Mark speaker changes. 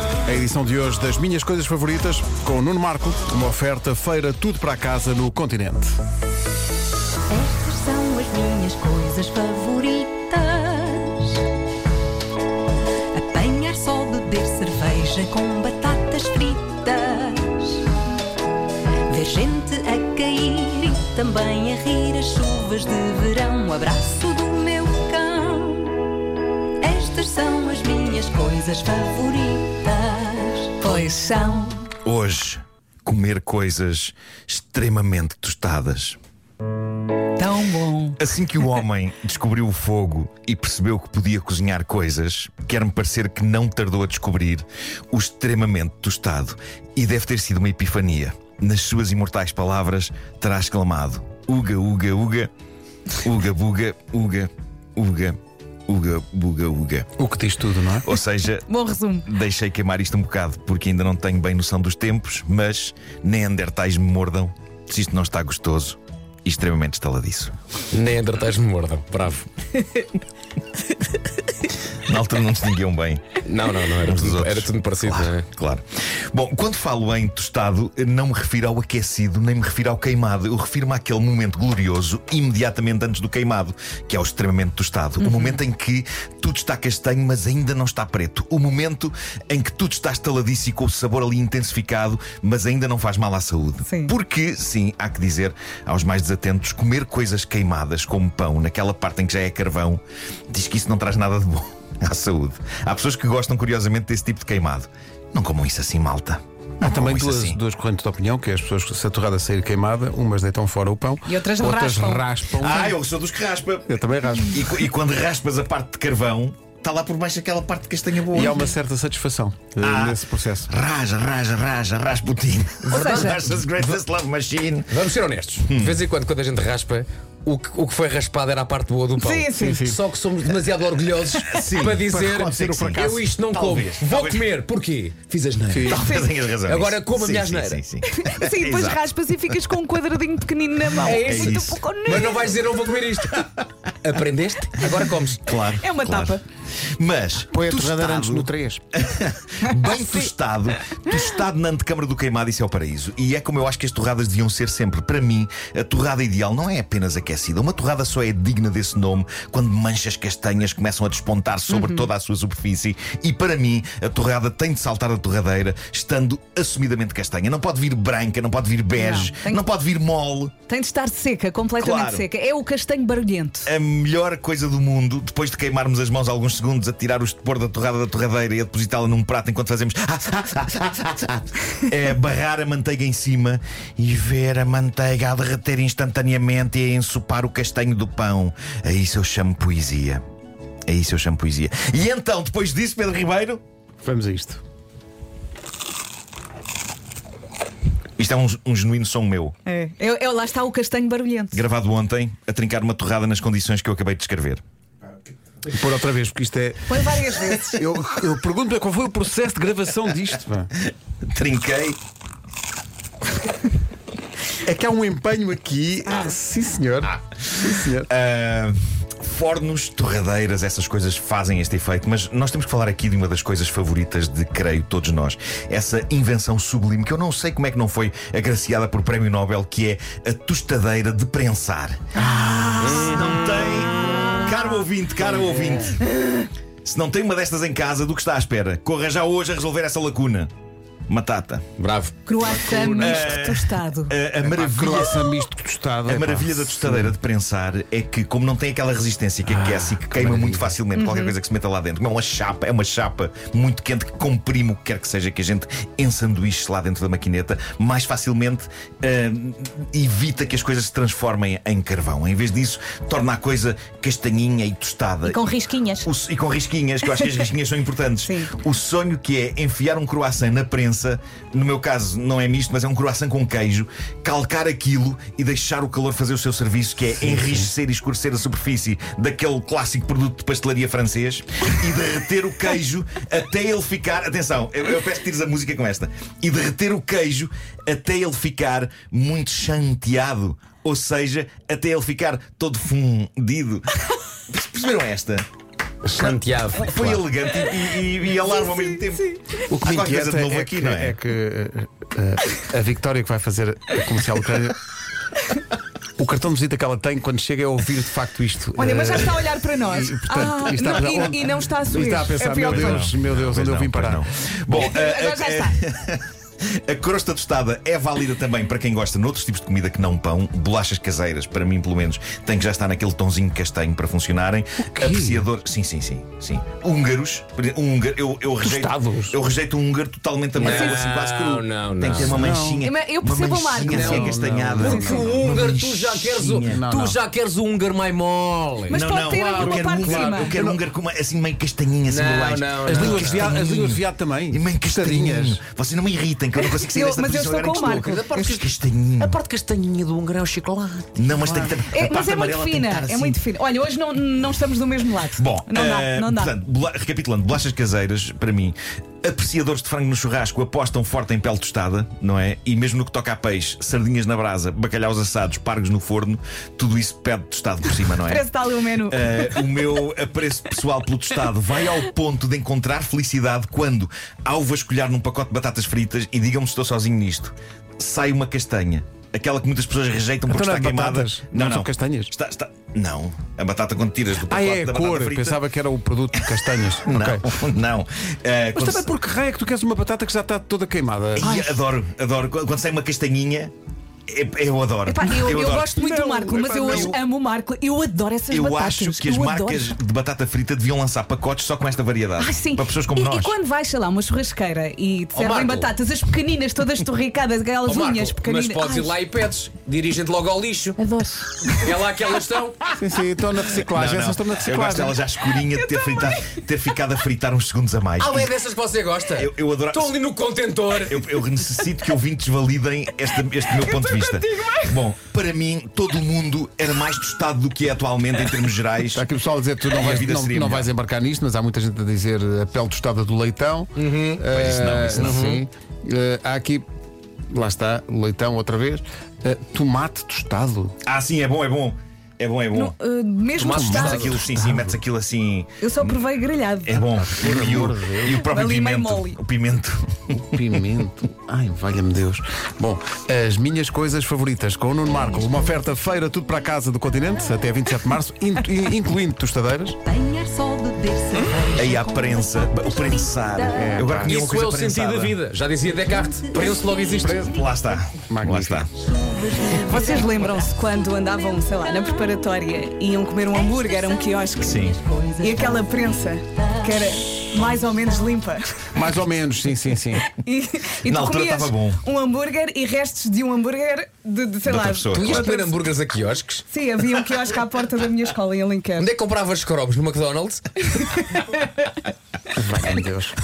Speaker 1: A edição de hoje das Minhas Coisas Favoritas, com o Nuno Marco, uma oferta feira tudo para casa no continente.
Speaker 2: Estas são as minhas coisas favoritas: apanhar só, beber cerveja com batatas fritas, ver gente a cair e também a rir as chuvas de verão. O abraço do meu cão. Estas são as minhas coisas favoritas, pois são.
Speaker 3: Hoje, comer coisas extremamente tostadas.
Speaker 4: Tão bom.
Speaker 3: Assim que o homem descobriu o fogo e percebeu que podia cozinhar coisas, quer-me parecer que não tardou a descobrir o extremamente tostado. E deve ter sido uma epifania. Nas suas imortais palavras, terá exclamado: Uga, uga, uga, uga, buga, uga, uga, uga, buga, uga.
Speaker 1: O que diz tudo, não é?
Speaker 3: Ou seja,
Speaker 4: Bom resumo.
Speaker 3: Deixei queimar isto um bocado porque ainda não tenho bem noção dos tempos, mas Neandertais me mordam se isto não está gostoso e extremamente estaladiço.
Speaker 5: Neandertais me mordam, bravo.
Speaker 3: Na altura não distinguiam bem
Speaker 5: Não, não, não, era
Speaker 3: uns dos
Speaker 5: tudo,
Speaker 3: outros.
Speaker 5: era tudo parecido,
Speaker 3: claro,
Speaker 5: não é?
Speaker 3: Claro. Bom, quando falo em tostado, não me refiro ao aquecido, nem me refiro ao queimado. Eu refiro-me àquele momento glorioso, imediatamente antes do queimado, que é o extremamente tostado. O momento em que tudo está castanho, mas ainda não está preto. O momento em que tudo está estaladiço e com o sabor ali intensificado, mas ainda não faz mal à saúde.
Speaker 4: Sim.
Speaker 3: Porque, sim, há que dizer aos mais desatentos, comer coisas queimadas como pão, naquela parte em que já é carvão, diz que isso não traz nada de bom à saúde. Há pessoas que gostam curiosamente desse tipo de queimado. Não comam isso assim, malta. Não
Speaker 1: Há também
Speaker 3: comam isso
Speaker 1: duas,
Speaker 3: assim.
Speaker 1: duas correntes de opinião, que é as pessoas que se a torrada sair queimada, umas deitam fora o pão
Speaker 4: E outras raspam.
Speaker 1: raspam.
Speaker 3: Ah, eu sou dos que raspa.
Speaker 1: Eu também raspo.
Speaker 3: E, cu- e quando raspas a parte de carvão, está lá por baixo aquela parte de castanha boa.
Speaker 1: E há uma certa satisfação eh,
Speaker 3: Ah.
Speaker 1: nesse processo.
Speaker 3: Raja, raja, raja, rasputin.
Speaker 4: seja-
Speaker 3: Raja's greatest love machine.
Speaker 5: Vamos ser honestos. De vez em quando, quando a gente raspa, o que, o que foi raspado era a parte boa do pão.
Speaker 4: Sim, sim. Sim, sim.
Speaker 5: Só que somos demasiado orgulhosos
Speaker 3: Sim,
Speaker 5: para
Speaker 3: para
Speaker 5: dizer
Speaker 3: reconhecer o fracasso.
Speaker 5: eu isto não
Speaker 3: Talvez,
Speaker 5: como. Vou
Speaker 3: talvez.
Speaker 5: comer. Porquê? Fiz as neiras.
Speaker 3: Talvez tenhas razão.
Speaker 5: Agora
Speaker 3: nisso.
Speaker 5: coma a
Speaker 3: Sim,
Speaker 5: minha
Speaker 3: sim,
Speaker 5: asneira.
Speaker 3: Sim, sim.
Speaker 4: Sim, depois
Speaker 3: Exato.
Speaker 4: raspas e ficas com um quadradinho pequenino na mão.
Speaker 5: É
Speaker 3: isso.
Speaker 4: Muito pouco
Speaker 5: Mas não vais dizer não vou comer isto. Aprendeste? Agora comes.
Speaker 3: Claro.
Speaker 4: É uma
Speaker 3: claro.
Speaker 4: tapa.
Speaker 3: Mas
Speaker 1: Põe a torradeira antes
Speaker 3: tostado,
Speaker 1: no 3.
Speaker 3: bem tostado, tostado na antecâmara do queimado, isso é o paraíso. E é como eu acho que as torradas deviam ser sempre. Para mim, a torrada ideal não é apenas aquecida. Uma torrada só é digna desse nome quando manchas castanhas começam a despontar sobre
Speaker 4: Uhum.
Speaker 3: toda a sua superfície. E para mim, a torrada tem de saltar da torradeira estando assumidamente castanha. Não pode vir branca, não pode vir bege,
Speaker 4: Não,
Speaker 3: não,
Speaker 4: tem que-
Speaker 3: pode vir mole.
Speaker 4: Tem de estar seca, completamente
Speaker 3: Claro.
Speaker 4: seca. É o castanho barulhento.
Speaker 3: a melhor coisa do mundo, depois de queimarmos as mãos alguns segundos, a tirar o estupor da torrada da torradeira e a depositá-la num prato enquanto fazemos. é barrar a manteiga em cima e ver a manteiga a derreter instantaneamente e a ensopar o castanho do pão. A isso eu chamo poesia. A isso eu chamo poesia. E então, depois disso, Pedro Ribeiro.
Speaker 1: Vamos a isto.
Speaker 3: Isto é um, um genuíno som meu.
Speaker 4: É. É, é- lá está o castanho barulhento.
Speaker 3: Gravado ontem, a trincar uma torrada nas condições que eu acabei de descrever.
Speaker 1: E pôr outra vez, porque isto é.
Speaker 4: Põe várias vezes.
Speaker 1: Eu, eu pergunto-me qual foi o processo de gravação disto. pá.
Speaker 3: Trinquei.
Speaker 1: É que há um empenho aqui. Ah, sim, senhor. Sim, senhor.
Speaker 3: Ah, fornos, torradeiras, essas coisas fazem este efeito, mas nós temos que falar aqui de uma das coisas favoritas de, creio, todos nós. Essa invenção sublime, que eu não sei como é que não foi agraciada por Prémio Nobel, que é a tostadeira de prensar. Se não tem. Caro ouvinte, caro ouvinte. Se não tem uma destas em casa, do que está à espera? Corra já hoje a resolver essa lacuna. Matata.
Speaker 5: Bravo.
Speaker 4: Croissant misto tostado.
Speaker 3: A, a
Speaker 1: Pá,
Speaker 3: maravilha.
Speaker 1: croissant misto tostado.
Speaker 3: A
Speaker 1: é pá.
Speaker 3: maravilha da tostadeira de prensar é que, como não tem aquela resistência que aquece e Ah, que queima muito facilmente qualquer coisa que se meta lá dentro, é uma chapa, é uma chapa muito quente que comprime o que quer que seja que a gente ensanduíche lá dentro da maquineta, mais facilmente ah, evita que as coisas se transformem em carvão. Em vez disso, torna a coisa castanhinha e tostada.
Speaker 4: Com risquinhas.
Speaker 3: O so- e com risquinhas, que eu acho que as risquinhas são importantes.
Speaker 4: Sim.
Speaker 3: O sonho que é enfiar um croissant na prensa, no meu caso não é misto, mas é um croissant com queijo, calcar aquilo e deixar o calor fazer o seu serviço, que é enrijecer e escurecer a superfície daquele clássico produto de pastelaria francês e derreter o queijo até ele ficar. Atenção, eu, eu peço que tires a música com esta. E derreter o queijo até ele ficar muito chanteado, ou seja, até ele ficar todo fundido. Perceberam esta?
Speaker 5: Chanteado.
Speaker 3: Foi
Speaker 5: claro.
Speaker 3: elegante e, e, e alarma ao mesmo tempo.
Speaker 1: O que
Speaker 3: Há
Speaker 1: me
Speaker 3: qualquer coisa
Speaker 1: inquieta
Speaker 3: de novo
Speaker 1: é,
Speaker 3: aqui,
Speaker 1: que,
Speaker 3: não é?
Speaker 1: é que, eh, eh, a Vitória que vai fazer a comercial Ucrânia. O cartão de visita que ela tem quando chega é ouvir de facto isto.
Speaker 4: Olha, mas já
Speaker 1: Eh,
Speaker 4: está a olhar para nós.
Speaker 1: e, portanto,
Speaker 4: Ah,
Speaker 1: e está a
Speaker 4: não,
Speaker 1: pensar,
Speaker 4: e, e não está a
Speaker 1: E
Speaker 4: subir.
Speaker 1: está a
Speaker 4: é
Speaker 1: pensar,
Speaker 4: pior
Speaker 1: meu
Speaker 4: que nós.
Speaker 1: Deus, meu Deus,
Speaker 3: Pois
Speaker 1: onde eu
Speaker 3: não,
Speaker 1: vim
Speaker 3: pois
Speaker 1: parar?
Speaker 3: não. Bom, a-
Speaker 4: Agora já está.
Speaker 3: A crosta tostada é válida também para quem gosta noutros tipos de comida que não pão. Bolachas caseiras, para mim pelo menos, tem que já estar naquele tonzinho castanho para funcionarem. Apreciador, sim, sim, sim, sim. Húngaros, por exemplo, um húngaro, eu, eu rejeito,
Speaker 1: Tostados?
Speaker 3: eu rejeito um húngaro totalmente amarelo, assim quase cru.
Speaker 5: Não, não,
Speaker 3: Tem que ter uma manchinha.
Speaker 4: Mas eu percebo
Speaker 3: uma
Speaker 4: o Marco.
Speaker 3: manchinha assim
Speaker 5: Não,
Speaker 3: acastanhada.
Speaker 5: Porque o húngaro, tu já queres o,
Speaker 3: Não,
Speaker 5: tu
Speaker 1: não.
Speaker 5: já queres o húngaro mais mole.
Speaker 4: Mas
Speaker 3: não,
Speaker 4: pode
Speaker 3: não,
Speaker 4: ter
Speaker 3: eu
Speaker 4: alguma
Speaker 3: quero
Speaker 4: parte de
Speaker 3: húngaro,
Speaker 4: cima.
Speaker 3: eu quero húngaro com uma, assim meio castanhinha assim por
Speaker 5: Não,
Speaker 3: baixo.
Speaker 5: não,
Speaker 1: As
Speaker 5: não.
Speaker 1: línguas, de viado, as línguas de viado também.
Speaker 3: E meio
Speaker 1: Tadinhas.
Speaker 3: castanhinho. Vocês não me irritem, que eu não consigo sair
Speaker 4: Eu-
Speaker 3: desta
Speaker 4: mas eu
Speaker 3: posição
Speaker 4: estou
Speaker 3: agora
Speaker 4: com
Speaker 3: que
Speaker 4: o
Speaker 3: estou.
Speaker 4: Marco.
Speaker 3: Este castanhinho.
Speaker 5: A parte castanhinha do húngaro é o chocolate.
Speaker 3: Não, mas tem que ter.
Speaker 4: É,
Speaker 3: eh, a
Speaker 4: mas
Speaker 3: parte
Speaker 4: é muito
Speaker 3: amarela tem que
Speaker 4: fina,
Speaker 3: estar
Speaker 4: é
Speaker 3: assim.
Speaker 4: muito fina. Olha, hoje não, não estamos do mesmo lado.
Speaker 3: Bom,
Speaker 4: não dá,
Speaker 3: eh,
Speaker 4: não dá.
Speaker 3: portanto, bola- recapitulando, bolachas caseiras, para mim, apreciadores de frango no churrasco apostam forte em pele tostada, não é? E mesmo no que toca a peixe, sardinhas na brasa, bacalhaus assados, pargos no forno, tudo isso pede tostado por cima, não é?
Speaker 4: Parece que está ali o menu.
Speaker 3: Eh, o meu apreço pessoal pelo tostado vai ao ponto de encontrar felicidade quando, ao vasculhar num pacote de batatas fritas, e digam-me se estou sozinho nisto, sai uma castanha. Aquela que muitas pessoas rejeitam porque
Speaker 1: Então não é
Speaker 3: está queimada.
Speaker 1: batatas? Não são castanhas?
Speaker 3: Está, está... Não. A batata quando tiras do
Speaker 1: Ah,
Speaker 3: pacote
Speaker 1: é a
Speaker 3: da
Speaker 1: cor.
Speaker 3: batata frita.
Speaker 1: Pensava que era o produto de castanhas.
Speaker 3: Não,
Speaker 1: Ok.
Speaker 3: não. Eh,
Speaker 1: Mas
Speaker 3: quando
Speaker 1: também
Speaker 3: se-
Speaker 1: porque raio é que tu queres uma batata que já está toda queimada?
Speaker 3: Ai, adoro, adoro. Quando quando sai uma castanhinha, é- eu adoro.
Speaker 4: Epá, eu, eu
Speaker 3: adoro.
Speaker 4: gosto muito do Marco, mas eu hoje amo o Marco. Eu adoro essas
Speaker 3: Eu
Speaker 4: batatas.
Speaker 3: acho que as
Speaker 4: eu
Speaker 3: marcas
Speaker 4: Adoro.
Speaker 3: de batata frita deviam lançar pacotes só com esta variedade.
Speaker 4: Ah, sim.
Speaker 3: Para pessoas como
Speaker 4: e,
Speaker 3: nós.
Speaker 4: e quando vais, sei lá, uma churrasqueira e te
Speaker 5: Oh,
Speaker 4: servem
Speaker 5: Marco.
Speaker 4: batatas, as pequeninas, todas torricadas, aquelas
Speaker 5: Ó, Marco,
Speaker 4: unhas pequeninas.
Speaker 5: mas podes ir
Speaker 4: Ai,
Speaker 5: lá e pedes. Dirigem-te logo ao lixo.
Speaker 4: Adoro.
Speaker 5: É lá que elas estão.
Speaker 1: Sim, sim, estão na
Speaker 3: Não,
Speaker 1: reciclagem.
Speaker 3: não.
Speaker 1: Essas estão na
Speaker 3: Eu gosto
Speaker 1: reciclagem.
Speaker 3: dela já escurinha de ter, fritado, ter ficado a fritar uns segundos a mais.
Speaker 5: Ah, é dessas que você gosta.
Speaker 3: Eu- eu adoro-
Speaker 5: Estão ali no contentor.
Speaker 3: Eu, eu necessito que ouvintes validem este, este meu ponto de vista. Bom, para mim, todo o mundo era mais tostado do que é atualmente em termos gerais.
Speaker 1: Está aqui o pessoal a dizer que tu não
Speaker 3: E a
Speaker 1: vais,
Speaker 3: vida
Speaker 1: não,
Speaker 3: seria
Speaker 1: não
Speaker 3: melhor.
Speaker 1: vais embarcar nisto, mas há muita gente a dizer a pele tostada do leitão.
Speaker 3: Pois, Uhum. isso não,
Speaker 1: Eh,
Speaker 3: isso não. Uhum.
Speaker 1: Sim. Eh, há aqui, lá está, leitão outra vez. Eh, tomate tostado.
Speaker 3: Ah, sim, é bom, é bom. É bom, é bom.
Speaker 4: Não, eh, mesmo
Speaker 5: Tomates
Speaker 3: Metes
Speaker 4: tostado.
Speaker 3: aquilo, sim, sim, metes aquilo assim.
Speaker 4: Eu só provei grelhado.
Speaker 3: É bom. E o, e o próprio
Speaker 4: Ali meio
Speaker 3: pimento.
Speaker 4: mole.
Speaker 3: O pimento.
Speaker 1: Pimento. Ai, valha-me Deus. Bom, as minhas coisas favoritas com o Nuno Marco. Uma oferta feira tudo para a casa do continente até 27 de março, in- in- incluindo tostadeiras.
Speaker 2: Apanhar só beber cerveja.
Speaker 3: Aí a
Speaker 2: com
Speaker 3: prensa.
Speaker 2: batatas
Speaker 3: O prensar.
Speaker 2: fritas.
Speaker 3: Eu agora conheço uma
Speaker 5: Isso
Speaker 3: coisa
Speaker 5: é o sentido
Speaker 3: prensada.
Speaker 5: da vida. Já dizia Descartes. Prenso logo existe.
Speaker 3: Lá está. Lá
Speaker 1: Magnífico.
Speaker 3: está.
Speaker 4: Vocês lembram-se quando andavam, sei lá, na preparatória e iam comer um hambúrguer a um quiosque?
Speaker 3: Sim.
Speaker 4: E aquela prensa que era mais ou menos limpa.
Speaker 1: Mais ou menos, sim, sim, sim.
Speaker 4: E, e
Speaker 3: Na
Speaker 4: tu
Speaker 3: altura
Speaker 4: comias
Speaker 3: estava bom.
Speaker 4: um hambúrguer e restos de um hambúrguer de, de, sei
Speaker 3: De
Speaker 4: lá.
Speaker 3: outra pessoa. é
Speaker 5: Tu ias
Speaker 4: outra-
Speaker 5: comer hambúrgueres a quiosques?
Speaker 4: Sim, havia um quiosque à porta da minha escola em Alenquer.
Speaker 5: Onde é que compravas cromos? No McDonald's?
Speaker 1: Valha-me Deus.